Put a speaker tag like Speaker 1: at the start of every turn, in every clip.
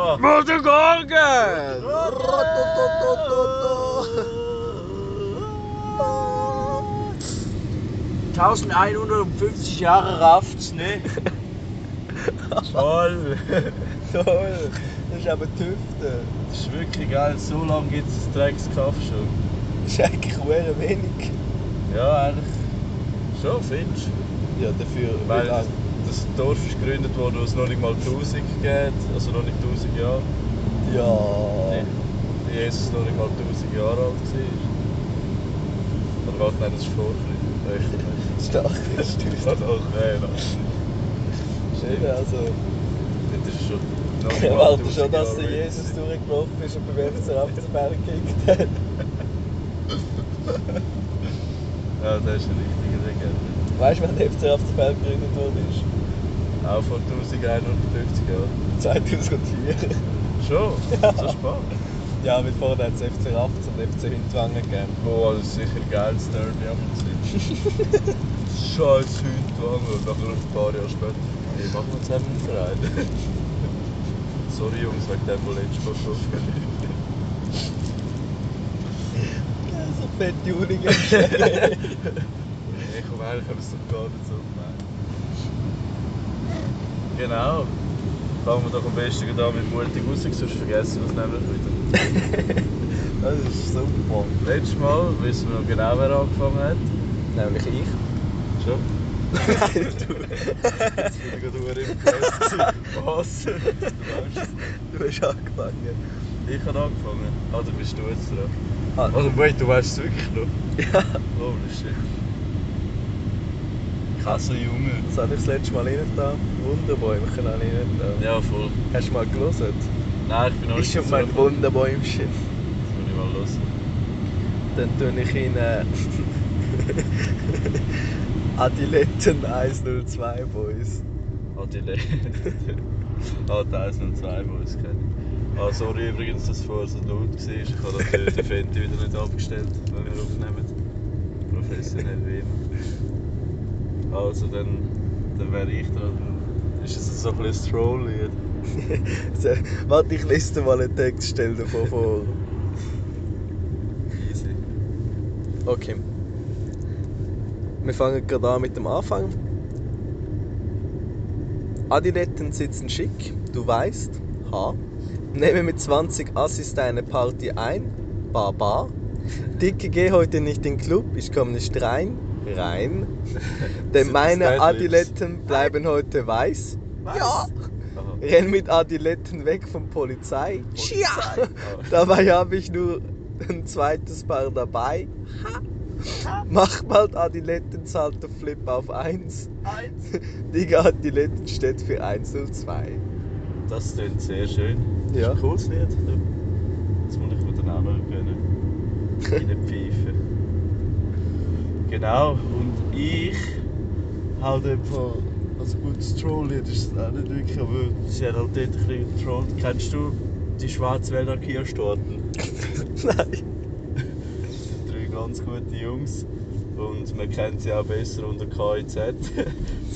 Speaker 1: Oh. Moeten gorgen!
Speaker 2: Rotototototo.
Speaker 1: 1150 Jahre rafft's, ne?
Speaker 2: Toll, toll. Das ist aber die Hüfte.
Speaker 1: Das ist wirklich geil, so lange gibt es das Dreckskaff schon.
Speaker 2: Das ist eigentlich sehr wenig.
Speaker 1: Ja, eigentlich. Schon, findest du?
Speaker 2: Ja, dafür
Speaker 1: Weil
Speaker 2: wie lang?
Speaker 1: das Dorf ist gegründet worden, wo es noch nicht mal 1000 gibt, also noch nicht 1000 Jahre.
Speaker 2: Ja.
Speaker 1: Nee. Jesus noch nicht mal 1000 Jahre alt war. Oder warte, nein, das ist vor Christus.
Speaker 2: Stark ist
Speaker 1: Nein,
Speaker 2: das.
Speaker 1: Warte, oh, nein, nein.
Speaker 2: Schön, also.
Speaker 1: Das ist schon... noch nicht
Speaker 2: Ich
Speaker 1: mal
Speaker 2: warte
Speaker 1: 1000
Speaker 2: schon, dass
Speaker 1: Jahre
Speaker 2: der
Speaker 1: alt.
Speaker 2: Jesus durchgelaufen ist und bei mir zur Abzuberg gekickt hat.
Speaker 1: Ja, das ist ein richtiger Legende.
Speaker 2: Weißt du, wann der FC Abzuberg gegründet worden ist?
Speaker 1: Auch vor 1150 Jahren.
Speaker 2: 2004.
Speaker 1: Schon?
Speaker 2: Ja.
Speaker 1: So spannend.
Speaker 2: Ja, weil vorher hat es FC 18 und FC Hintwangen gegeben.
Speaker 1: Boah, das ist sicher geil, das Derby am Zeit. Scheiß Hündwange. Und nachher ein paar Jahre später. Hey, machen wir zusammen einen Verein. Sorry Jungs, wegen dem, der letztes Mal getroffen
Speaker 2: Ja, so fette Unigen.
Speaker 1: Ich komme eigentlich aber so gar nicht so gemeint. Genau. Fangen wir doch am besten da mit mutig raus, sonst vergessen wir es nämlich wieder.
Speaker 2: das ist super.
Speaker 1: Letztes Mal wissen wir noch genau, wer angefangen hat.
Speaker 2: Nämlich ich.
Speaker 1: Schon?
Speaker 2: Nein, du.
Speaker 1: Jetzt bin ich gerade verdammt impressed. Was? Du weißt
Speaker 2: Du hast angefangen.
Speaker 1: es. Ich habe angefangen. Ah, du bist du jetzt dran.
Speaker 2: Ah,
Speaker 1: Also wait, du weißt es wirklich noch?
Speaker 2: ja.
Speaker 1: Holy shit. Krasser Junge.
Speaker 2: Das habe ich das letzte Mal rein da. Wunderbäumchen habe ich rein da.
Speaker 1: Ja, voll.
Speaker 2: Hast du mal gelesen?
Speaker 1: Nein, ich bin noch
Speaker 2: Ist schon
Speaker 1: so
Speaker 2: mein
Speaker 1: weit.
Speaker 2: Wunderbäumchen.
Speaker 1: Jetzt bin ich mal los.
Speaker 2: Dann tue ich Ihnen äh, Adiletten 102 Boys.
Speaker 1: Ah, die Le Ah, die 1 und 2, die ich kenne. Ah, sorry übrigens, dass es vorher so laut war. Ich habe das für den Fenty wieder nicht abgestellt, wenn wir aufnehmen. Professionell wie immer. Also, dann, dann wäre ich dran. Ist es so ein bisschen ein Troll-Lied?
Speaker 2: So, Warte, ich lese dir mal einen Text, stell dir vor. vor.
Speaker 1: Easy.
Speaker 2: Okay. Wir fangen gerade an mit dem Anfang. Adiletten sitzen schick, du weißt, ha. Nehme mit 20 Assis deine Party ein, baba. Dicke, geh heute nicht in den Club, ich komme nicht rein, rein. Denn
Speaker 1: Sind das
Speaker 2: meine
Speaker 1: Red
Speaker 2: Adiletten bleiben heute weiß. Ja.
Speaker 1: Aha.
Speaker 2: Renn mit Adiletten weg von Polizei. Tja.
Speaker 1: Ah.
Speaker 2: Dabei habe ich nur ein zweites Paar dabei. Mach bald Adiletten, zahlt der Flip auf 1. Digga, Adiletten steht für 102.
Speaker 1: Das klingt sehr schön.
Speaker 2: Ja.
Speaker 1: Das ist ein cooles Lied. Das muss ich mir dann auch noch gönnen. In den Pfeifen. Genau, und ich habe in dem Fall. Also gut, das Troll-Lied ist es auch nicht wirklich, aber es hat halt dort ein bisschen Troll. Kennst du die Schwarzwälder Kirschtorten?
Speaker 2: Nein.
Speaker 1: drei ganz gute Jungs und man kennt sie auch besser unter KIZ. sie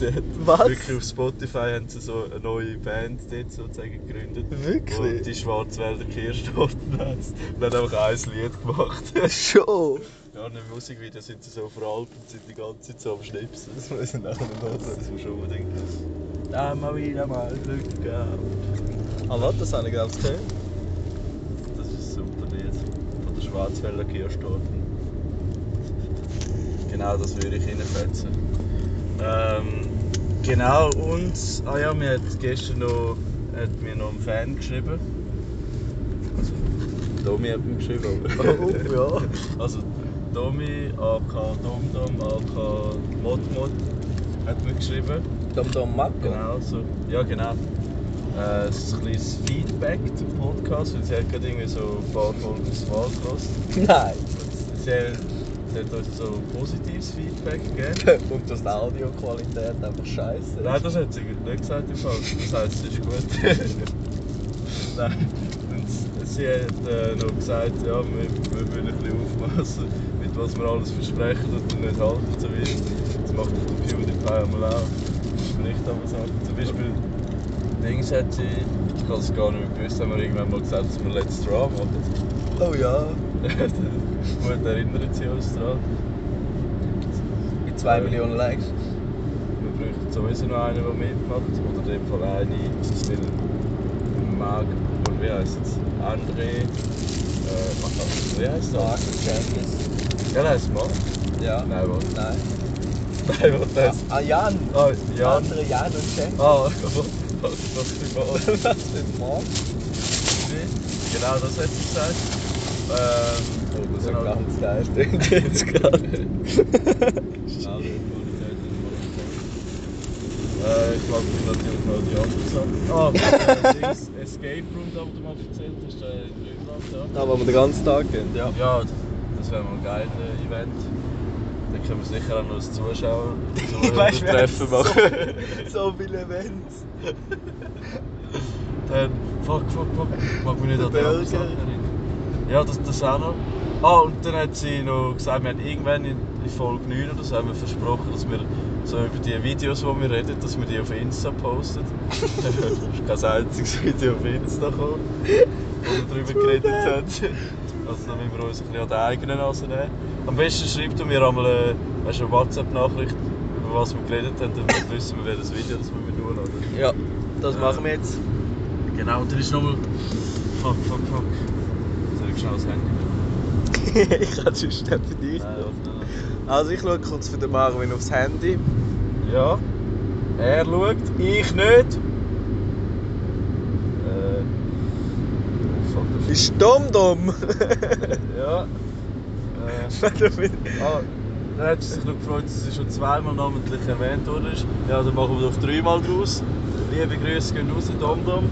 Speaker 1: hat
Speaker 2: Was?
Speaker 1: Wirklich auf Spotify haben sie so eine neue Band dort sozusagen gegründet.
Speaker 2: Wirklich?
Speaker 1: Und die Schwarzwälder Kirschtorten heisst. Und haben einfach ein Lied gemacht.
Speaker 2: Schon.
Speaker 1: ja, in einem Musikvideo sind sie so veraltet und sind die ganze Zeit so am Schnipsen.
Speaker 2: Das muss ich nachher noch
Speaker 1: Also,
Speaker 2: hören.
Speaker 1: das muss unbedingt. Einmal wieder mal Glück gehabt.
Speaker 2: Ah, warte, das habe ich glaube ich gehört.
Speaker 1: Das ist ein super Lied. Von der Schwarzwälder Kirschtorten. Genau, das würde ich reinfetzen. Ähm, genau, und... Ah ja, mir hat gestern noch, hat mir noch ein Fan geschrieben. Also, Domi hat mir geschrieben. aber-
Speaker 2: Oh, ja.
Speaker 1: also, Domi, AK Domdom, AK Modmod hat mir geschrieben.
Speaker 2: Dom Dom Mako.
Speaker 1: Genau, so. Ja, genau. Äh, es ist ein kleines Feedback zum Podcast, weil sie hat gerade irgendwie so ein paar Folgen das Mal gelassen.
Speaker 2: Nein.
Speaker 1: Und Sie, sie hat uns so positives Feedback gegeben.
Speaker 2: Und dass die Audioqualität einfach scheiße ist.
Speaker 1: Nein, das hat sie nicht gesagt im Fall. Das heißt, es ist gut. Nein. Und sie hat äh, noch gesagt, ja, wir, wir müssen ein bisschen aufpassen, mit was wir alles versprechen und dann nicht halten und so weiter. Das macht der Computer einmal auch. Das spricht aber Sachen. Zum Beispiel, links hat sie, ich es gar nicht mehr gewusst, haben wir irgendwann mal gesagt, dass wir Let's Draw machen.
Speaker 2: Oh ja.
Speaker 1: Gut erinnert sich uns daran.
Speaker 2: Mit 2
Speaker 1: Ja.
Speaker 2: Millionen Likes.
Speaker 1: Wir bräuchten sowieso noch einen, der mitmacht. Oder in dem Fall eine, weil Marc, oder wie heisst es? André. Äh, Marc- wie heisst der?
Speaker 2: Champions.
Speaker 1: Ja, der heisst Marc.
Speaker 2: Ja.
Speaker 1: Nein, was?
Speaker 2: Nein.
Speaker 1: Nein, was heisst?
Speaker 2: Ah, Jan.
Speaker 1: Ah, ja.
Speaker 2: Andere Jan und Champions.
Speaker 1: Ah, was ist das?
Speaker 2: Was für ein Mann.
Speaker 1: Genau das hätte ich gesagt. Ähm,
Speaker 2: Oh, das
Speaker 1: ist
Speaker 2: ist
Speaker 1: genau-
Speaker 2: ganz geil. Stimmt jetzt gerade.
Speaker 1: Äh, ich glaube, ich natürlich noch die andere Sache. Ah, äh, das Escape Room, da wo du mal erzählt hast, äh, in Grönland, ja.
Speaker 2: Aber wir den ganzen Tag gehen, ja.
Speaker 1: Ja, das wäre mal ein geiles äh, Event. Da können wir sicher auch noch als Zuschauer
Speaker 2: Weißt du, wir haben
Speaker 1: Treffen machen.
Speaker 2: So viele Events.
Speaker 1: Dann, Ehm, fuck, fuck, fuck, ich mag mich nicht
Speaker 2: Der
Speaker 1: an die andere
Speaker 2: Burger.
Speaker 1: Sache erinnern. Ja, das, das auch noch. Ah, und dann hat sie noch gesagt, wir haben irgendwann in, in Folge 9 oder so haben wir versprochen, dass wir so über die Videos, die wir reden, dass wir die auf Insta posten. Es ist kein einziges Video auf Insta gekommen, wo wir darüber geredet haben. Also da müssen wir uns ein bisschen an die eigenen Nase nehmen. Am besten schreibt du mir einmal eine, weisst du, eine WhatsApp-Nachricht, über was wir geredet haben, dann wissen wir, welches Video das wir nur oder?
Speaker 2: Ja, das
Speaker 1: Äh.
Speaker 2: machen wir jetzt.
Speaker 1: Genau, da ist nochmal. Fuck, fuck, fuck. Soll ich schnell das Handy nehmen?
Speaker 2: ich kann sonst nicht für dich.
Speaker 1: Nein,
Speaker 2: Also ich schaue kurz für den Marvin aufs Handy.
Speaker 1: Ja. Er schaut, ich nicht. Äh. Fuck, das ist-
Speaker 2: Ist dumm dumm.
Speaker 1: Ja. Äh. Ah, dann hat sie sich noch gefreut, dass sie schon zweimal namentlich erwähnt worden ist. Ja, dann machen wir doch dreimal draus. Liebe Grüße gehen raus, Domdom.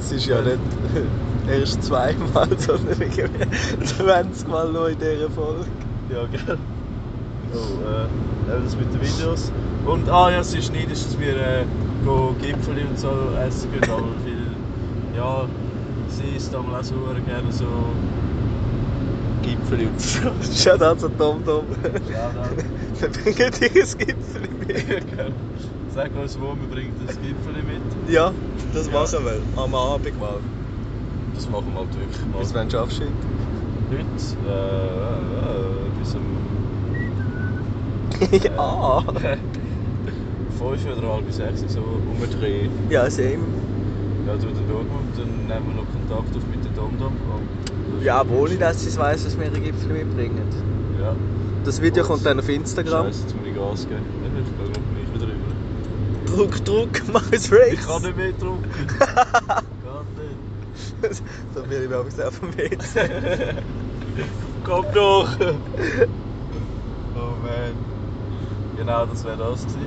Speaker 2: Es ist ja nicht erst zweimal, sondern irgendwie 20 Mal noch in dieser Folge.
Speaker 1: Ja, gell? Oh, äh, eben das mit den Videos. Und, ah ja, sie ist neidisch, dass wir äh, go Gipfel und so essen gehen, aber weil, ja, sie isst damals auch so verdammt gerne so Gipfel und so.
Speaker 2: Schau da zu dumm dumm.
Speaker 1: Ja, nein.
Speaker 2: Dann bringe ich dir ein Gipfel mit.
Speaker 1: Gell? Sag uns, wo wir bringen das Gipfel mit.
Speaker 2: Ja, das
Speaker 1: Ja.
Speaker 2: machen wir. Am Abend mal.
Speaker 1: Das machen wir halt wirklich mal.
Speaker 2: Bis wenn du schaffst. heute.
Speaker 1: Heute, äh, äh, bis um
Speaker 2: ja.
Speaker 1: 5 oder halb 6 so umdrehen.
Speaker 2: Ja, also same.
Speaker 1: Ja, du, dann schauen wir und dann nehmen wir noch Kontakt auf mit der Domdom. Und-
Speaker 2: Ja, aber ohne dass sie weiss, dass wir einen Gipfel mitbringen.
Speaker 1: Ja.
Speaker 2: Das Video kommt dann auf Instagram.
Speaker 1: Scheiße, jetzt muss ich Gas geben. Ich schaue noch mich wieder
Speaker 2: Druck,
Speaker 1: drüber.
Speaker 2: Druck, mach es race.
Speaker 1: Ich kann nicht mehr drum. Geht
Speaker 2: so bin ich übrigens auf dem WC.
Speaker 1: nicht. Komm doch! Oh man. Genau, das wäre das gewesen.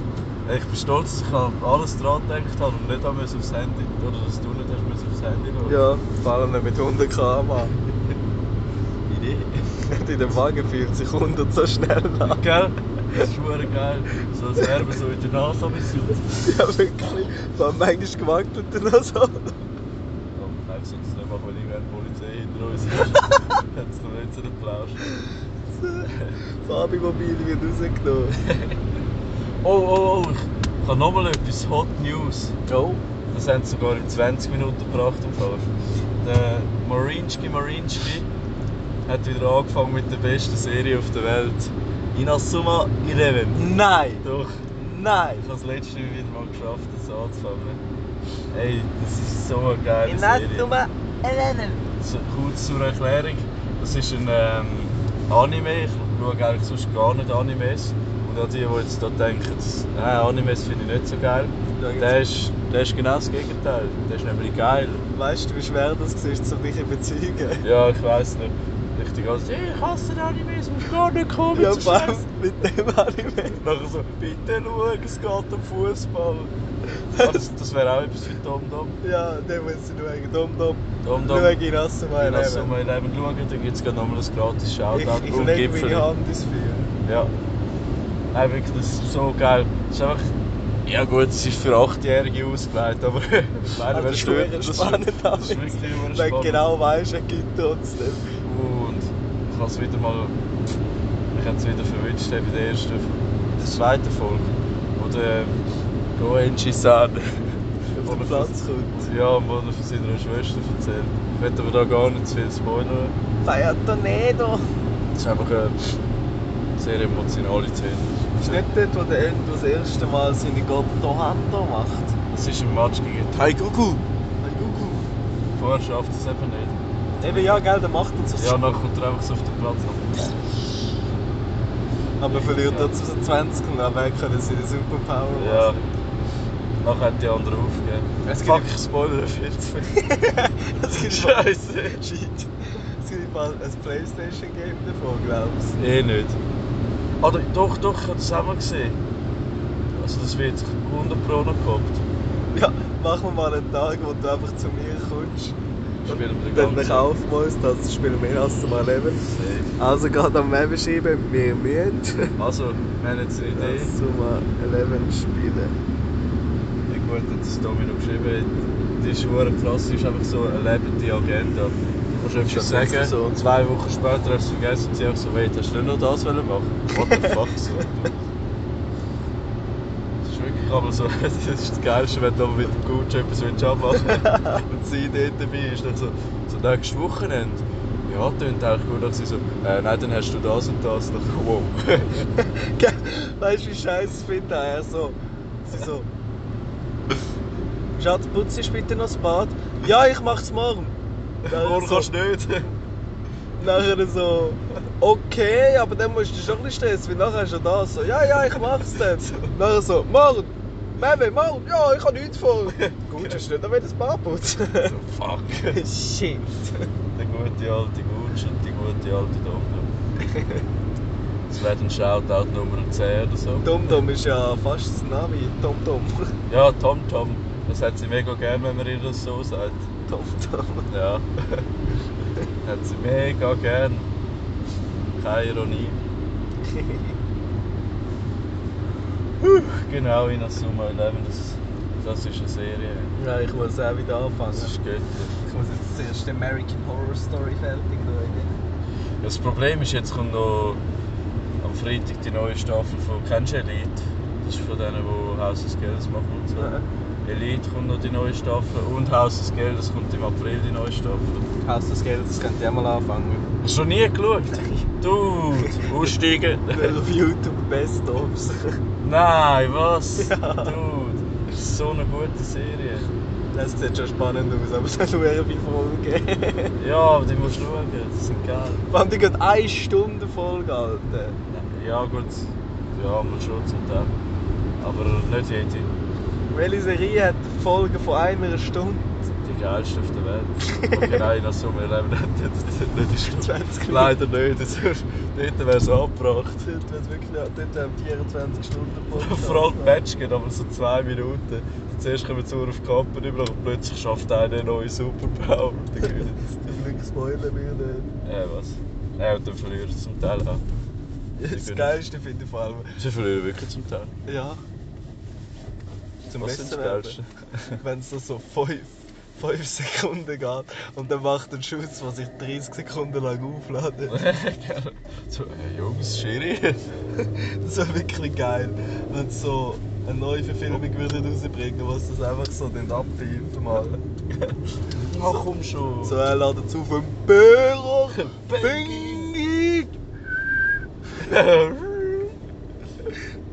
Speaker 1: Ich bin stolz, dass ich an alles dran gedacht habe und nicht haben aufs Handy. Oder dass du nicht hast müssen aufs Handy schauen.
Speaker 2: Ja, vor allem nicht mit 100 km h
Speaker 1: Idee.
Speaker 2: Nicht in dem Wagen fühlt sich 100 so schnell an.
Speaker 1: Gell? Das ist verdammt geil. So als wäre man so in der Nase am Sitzen.
Speaker 2: Ja, wirklich. So haben manchmal gewackelt und dann so.
Speaker 1: Aber nein, sonst nicht machen wir irgendwann die Polizei hinter uns. Hat es noch nicht so einen Plausch.
Speaker 2: Das Abi-Mobil wird rausgenommen.
Speaker 1: Oh, oh, oh, ich habe nochmal etwas Hot News.
Speaker 2: Oh.
Speaker 1: Das haben sie sogar in 20 Minuten gebracht. im Fall. Der Marinski Marinski hat wieder angefangen mit der besten Serie auf der Welt. Inazuma 11.
Speaker 2: Nein!
Speaker 1: Doch,
Speaker 2: Nein!
Speaker 1: ich habe das letzte Mal wieder mal geschafft, das anzufangen. Ey, das ist so eine geile Serie.
Speaker 2: 11!
Speaker 1: So, kurz zur Erklärung. Das ist ein ähm, Anime. Ich schaue eigentlich sonst gar nicht Animes. Und auch die, die jetzt da denken, nein, Animes finde ich nicht so geil.
Speaker 2: Da gibt's-
Speaker 1: Der ist, der ist genau das Gegenteil. Der ist nämlich geil.
Speaker 2: Weißt du, wie schwer das war, um dich zu überzeugen?
Speaker 1: Ja, ich weiss nicht. Ich die ganze Zeit, ich hasse Animes, muss gar nicht kommen.
Speaker 2: Ja,
Speaker 1: so
Speaker 2: vor
Speaker 1: Scheiss.
Speaker 2: allem mit dem Anime.
Speaker 1: Nachher so, bitte schau, es geht um Fußball. das Also, das wäre auch etwas für Dom Dom.
Speaker 2: Ja, dann muss ich nur wegen Dom Dom.
Speaker 1: Dom
Speaker 2: Nur
Speaker 1: Dom.
Speaker 2: wegen Inasso mal
Speaker 1: Lass uns mal Leben schauen, dann gibt es gerade nochmal ein gratis
Speaker 2: Ich,
Speaker 1: Shoutout.
Speaker 2: ich
Speaker 1: und
Speaker 2: lege
Speaker 1: Gipfeli.
Speaker 2: meine Hand ins Feuer.
Speaker 1: Ja. Nein, wirklich, das ist so geil. Das ist einfach. Ja gut, es ist für 8-Jährige ausgelegt, aber ich meine, wer
Speaker 2: Also ist
Speaker 1: stört,
Speaker 2: verdammt
Speaker 1: das ist-
Speaker 2: spannend,
Speaker 1: Das ist
Speaker 2: Alex.
Speaker 1: wirklich verdammt
Speaker 2: Wenn du
Speaker 1: spannend.
Speaker 2: genau weißt, er gibt trotzdem.
Speaker 1: Und ich habe es wieder mal. Ich habe es wieder verwünscht eben in der ersten. äh, in der zweiten Folge. Oder. Goenji-san. Oder-
Speaker 2: der Platz kommt.
Speaker 1: Ja, wo er von seiner Schwester erzählt. Ich will aber da gar nicht zu viel spoilern.
Speaker 2: Feiert Tornado!
Speaker 1: Es ist einfach eine sehr emotionale Szene.
Speaker 2: Ist nicht dort, wo der Elton das erste Mal seine Gotto-Hando macht?
Speaker 1: Es ist ein Match gegen Taikoku.
Speaker 2: Ein Gugu.
Speaker 1: Vorher schafft er es eben nicht.
Speaker 2: Eben ja, gell, der macht uns so
Speaker 1: Ja, dann kommt er einfach so auf den Platz noch.
Speaker 2: Aber verliert
Speaker 1: Ja.
Speaker 2: er zu den 20 und dann merken, dass sie die Superpower
Speaker 1: Ja. Nachher hat die andere aufgegeben.
Speaker 2: Es gibt-
Speaker 1: Fuck, ich spoilere viel zu viel.
Speaker 2: es gibt mal-
Speaker 1: Scheiße.
Speaker 2: Shit. Es gibt mal ein Playstation-Game davon, glaubst
Speaker 1: Eh nicht. Oder doch, doch, ich habe es auch mal gesehen. Also das wird 100 Pro noch gehabt.
Speaker 2: du? Ja, machen wir mal einen Tag, wo du einfach zu mir kommst.
Speaker 1: Spielen wir den
Speaker 2: Dann mich
Speaker 1: ganzen-
Speaker 2: aufmachst, das spielen wir erst mal leben.
Speaker 1: Safe.
Speaker 2: Also geht am Leben schreiben, wir müssen
Speaker 1: Also, wir haben jetzt eine Idee.
Speaker 2: das Summer 11 spielen.
Speaker 1: Ja gut, das ist Domino geschrieben. Die ist hure krass, die ist einfach so eine lebende Agenda. Du kannst etwas
Speaker 2: Ist ja
Speaker 1: sagen,
Speaker 2: so.
Speaker 1: und zwei Wochen später hast du es vergessen und sie auch so, wait, hast du nicht nur das wollen machen? What the fuck? So. Das ist wirklich aber so, das ist das Geilste, wenn du aber mit dem Coach etwas willst abmachen und sie nicht dabei ist, dann so, so nächstes Wochenende. Ja, tönt eigentlich gut, dass sie so, äh, nein, dann hast du das und das. Dann, wow.
Speaker 2: Weißt du, wie scheiße ich finde? Er so. Sie so. Schatz, putz ich bitte noch das Bad? Ja, ich mach's morgen. Dann
Speaker 1: Morgen
Speaker 2: so-
Speaker 1: kannst du nicht.
Speaker 2: Nachher so, okay, aber dann musst du schon ein bisschen stressen, weil nachher ist ja das so, ja, ja, ich mach's dann. Nachher so, morgen, Meme, morgen, ja, ich hab nichts vor. Gut, hast du nicht noch wieder das Bad putzen?
Speaker 1: So, fuck.
Speaker 2: Shit.
Speaker 1: Der gute alte Gutsch und die gute alte Domino. Das wäre dann Shoutout Nummer 10 oder so.
Speaker 2: Dum-Dum ist ja fast das Navi, Dum-Dum.
Speaker 1: Ja, Tom Tom. Das hat sie mega gern, wenn man ihr das so sagt.
Speaker 2: Dum-Dum.
Speaker 1: Ja. hat sie mega gern. Keine Ironie. Huh, genau, in der Summa 11. Das, das ist eine Serie.
Speaker 2: Ja, ich muss auch wieder anfangen.
Speaker 1: Das ist göttlich.
Speaker 2: Ich muss jetzt zuerst die American Horror Story fertig schauen.
Speaker 1: Das Problem ist, jetzt kommt noch am Freitag die neue Staffel von Kennst du Elite? Das ist von denen, die Haus des Geldes machen und so. Elite kommt noch die neue Staffel und Haus des Geldes kommt im April die neue Staffel.
Speaker 2: Hast du das Geld, das könnt ihr auch mal anfangen.
Speaker 1: Hast du noch nie geschaut? Dude, aussteigen!
Speaker 2: auf YouTube Best Offs.
Speaker 1: Nein, was?
Speaker 2: Ja.
Speaker 1: Dude, das ist so eine gute Serie.
Speaker 2: Das sieht schon spannend aus, aber es hat nur viele Folgen gegeben.
Speaker 1: Ja, aber die musst du schauen, das sind geil.
Speaker 2: Vor allem, die gehen eine Stunde Folge, Alter.
Speaker 1: Ja, gut, ja, mal schon zum Teil. halt Aber nicht jede,
Speaker 2: Welche Serie hat Folgen von einer Stunde?
Speaker 1: die geilste auf der Welt. Okay, nein, das Sommer erleben nicht, nicht ist
Speaker 2: 20 Minuten.
Speaker 1: Leider nicht, das- dort wäre es angebracht.
Speaker 2: Dort wird wirklich noch- dort haben 24 Stunden
Speaker 1: Vor allem die Match geht aber so zwei Minuten. Zuerst kommen sie nur auf die Kappe rüber und plötzlich schafft einer eine neue Superpower. Dann gewinnt
Speaker 2: Zum Glück spoilern wir nicht.
Speaker 1: es. Äh, was? Äh, und dann verlieren sie zum Teil auch.
Speaker 2: Das Geilste finde ich vor allem.
Speaker 1: Sie verlieren wirklich zum Teil.
Speaker 2: Ja. Zum
Speaker 1: Was ist das
Speaker 2: Besten
Speaker 1: Geilste?
Speaker 2: Wenn es so 5 Sekunden geht und dann macht ein Schuss, der sich 30 Sekunden lang aufladen.
Speaker 1: Gell? so, äh, Jungs, Schiri.
Speaker 2: Das wäre wirklich geil, wenn sie so eine neue Verfilmung würden rausbringen, was das einfach so den abpfeift mal.
Speaker 1: Na komm schon.
Speaker 2: So er lädt zu vom Büro. Bingi!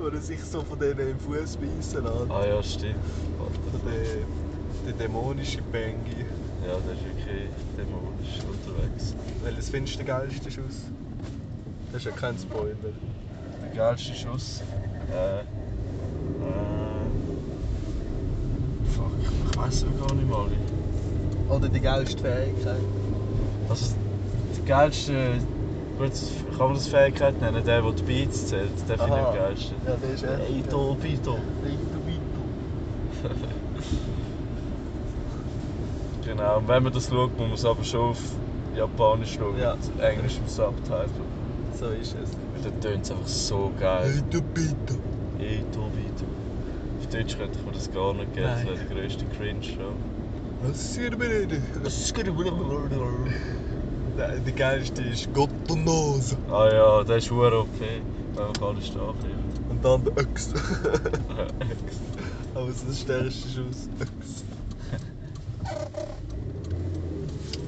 Speaker 2: Oder sich so von denen im Fuß beißen lässt.
Speaker 1: ah ja, stimmt.
Speaker 2: Von dem der dämonischen Bengi.
Speaker 1: Ja, der ist wirklich dämonisch unterwegs.
Speaker 2: Welches findest du den geilsten Schuss? Das ist ja kein Spoiler.
Speaker 1: Der geilste Schuss. Äh. Äh. Fuck, ich weiß es gar nicht mal.
Speaker 2: Oder die geilste Fähigkeit.
Speaker 1: Also, der geilste. Gut, kann man das Fähigkeit nennen? Der, der die Beats zählt. Der finde ich
Speaker 2: Aha.
Speaker 1: am geilsten.
Speaker 2: Ja, der ist echt.
Speaker 1: Eito, Pito.
Speaker 2: Eito, Eito.
Speaker 1: Genau, und wenn man das schaut, muss man es aber schon auf Japanisch schauen.
Speaker 2: Ja.
Speaker 1: Mit englischem Subtitle.
Speaker 2: So ist es.
Speaker 1: Weil dann tönt es einfach so geil.
Speaker 2: Eito, Eito.
Speaker 1: Eito, Pito. Auf Deutsch könnte ich mir das gar nicht geben. Das
Speaker 2: Nein.
Speaker 1: wäre der grösste Cringe. Ja.
Speaker 2: Was ist hier mit Nein, der geilste ist Gottonose.
Speaker 1: Ah ja, der ist verdammt okay. Wenn man kann, ist der
Speaker 2: Und dann der Ochs. Aber es ist der stärkste Schuss.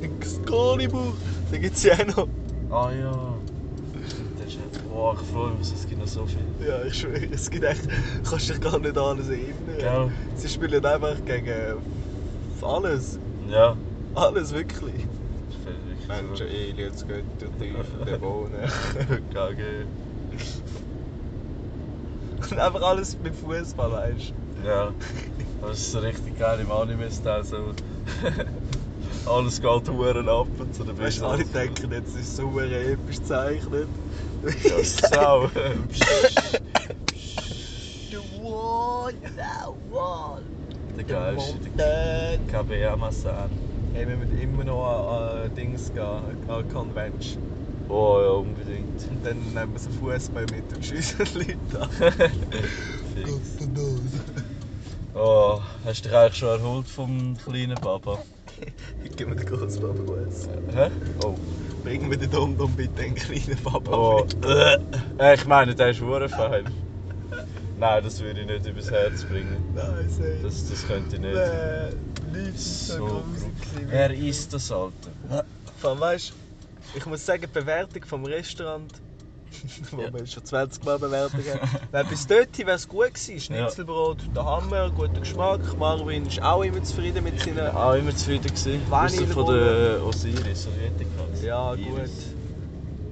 Speaker 2: Excalibur! Da gibt es ja auch noch.
Speaker 1: Ah ja. Das ist echt- Boah, ich freue mich, es gibt noch so viel.
Speaker 2: Ja, ich schwöre, es gibt echt. kannst dich gar nicht an alles erinnern.
Speaker 1: Gell?
Speaker 2: Sie spielen einfach gegen. alles.
Speaker 1: Ja.
Speaker 2: Alles wirklich.
Speaker 1: Das ist wirklich so.
Speaker 2: Menschen, eh, Aliens, Götter, Teufel, Dämonen.
Speaker 1: Gage.
Speaker 2: Und einfach alles mit Fußball, weißt du?
Speaker 1: Ja. Aber es ist so richtig geil im Anime-Style. So. Alles geht Huren ab und so. dann
Speaker 2: Weißt
Speaker 1: bist
Speaker 2: du,
Speaker 1: du
Speaker 2: alle
Speaker 1: so-
Speaker 2: denken jetzt, es ist so verdammt episch gezeichnet.
Speaker 1: Ja, Sau.
Speaker 2: The wall, the wall.
Speaker 1: Der geilste.
Speaker 2: Mountain.
Speaker 1: KBA-Massan.
Speaker 2: Hey, wir müssen immer noch an, an Dings gehen, an die Convention.
Speaker 1: Oh ja, unbedingt.
Speaker 2: Und dann nehmen wir so Fußball mit und schiessen Leute an.
Speaker 1: Fix. Oh, hast du dich eigentlich schon erholt vom kleinen Papa?
Speaker 2: Ich gebe mir den Großpapa Gruß.
Speaker 1: Hä? Oh.
Speaker 2: Bring mir den Dom-Dom bitte, den kleinen Papa.
Speaker 1: Oh.
Speaker 2: mit.
Speaker 1: Äh, ich meine, der ist hure fein. Nein, das würde ich nicht übers Herz bringen.
Speaker 2: Nein, sehr.
Speaker 1: Das, das könnte ich nicht.
Speaker 2: Nein, Leute sind
Speaker 1: So
Speaker 2: so
Speaker 1: grusig.
Speaker 2: gruselig.
Speaker 1: Er ist das Alter.
Speaker 2: Vor allem, weißt du, ich muss sagen, die Bewertung vom Restaurant, wo
Speaker 1: Ja.
Speaker 2: wir schon 20 Mal bewertet haben, weil bis dorthin wäre es gut gewesen. Schnitzelbrot, der Hammer, guter Geschmack. Marvin ist auch immer zufrieden mit
Speaker 1: Ich
Speaker 2: seinen
Speaker 1: war auch immer zufrieden. gewesen.
Speaker 2: Genau. Vanille
Speaker 1: Ausser von der Osiris, oder wie hat die geheißen?
Speaker 2: Ja, gut.
Speaker 1: Iris.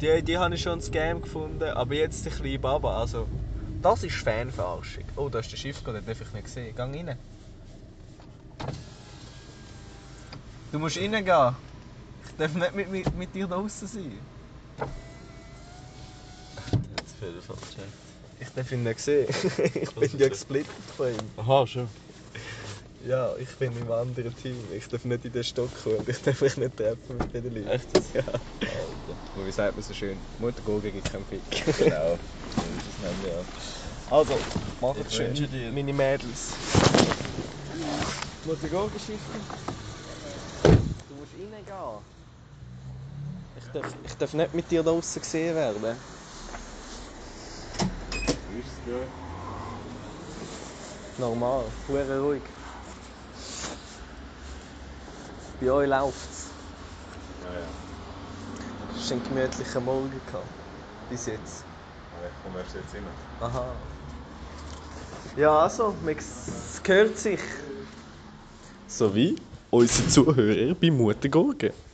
Speaker 2: Die, die habe ich schon ein Scam gefunden, aber jetzt die kleine Baba. Also, das ist Fanverarschung. Oh, da ist der Schiff gerade, den darf ich nicht sehen. Geh rein. Du musst reingehen. Ich darf nicht mit, mit, mit dir draußen sein.
Speaker 1: Hat's auf jeden Fall gecheckt.
Speaker 2: Ich darf ihn nicht sehen. ich bin ja gesplittet von ihm.
Speaker 1: Aha, schon.
Speaker 2: Ja, ich bin im anderen Team. Ich darf nicht in den Stock kommen und ich darf mich nicht treffen mit den Leuten.
Speaker 1: Echt jetzt?
Speaker 2: Ja.
Speaker 1: Alter.
Speaker 2: Wie sagt man so schön? Mutter Gurgel gibt keinen Fick.
Speaker 1: Genau. So ist es nämlich auch.
Speaker 2: Also, macht's
Speaker 1: Ich
Speaker 2: schön,
Speaker 1: wünsche dir-
Speaker 2: meine Mädels. Muss ich auch Geschichte? Du musst reingehen. Ich darf, ich darf nicht mit dir da draußen gesehen werden.
Speaker 1: Grüß dich.
Speaker 2: Normal, hure ruhig. Bei euch läuft's.
Speaker 1: Ja, ja.
Speaker 2: Es ist ein gemütlicher Morgen gehabt. Bis jetzt.
Speaker 1: Aber ich komme erst jetzt immer.
Speaker 2: Aha. Ja, also, man s- es gehört sich.
Speaker 3: sowie unsere Zuhörer bei Mutter Gurke.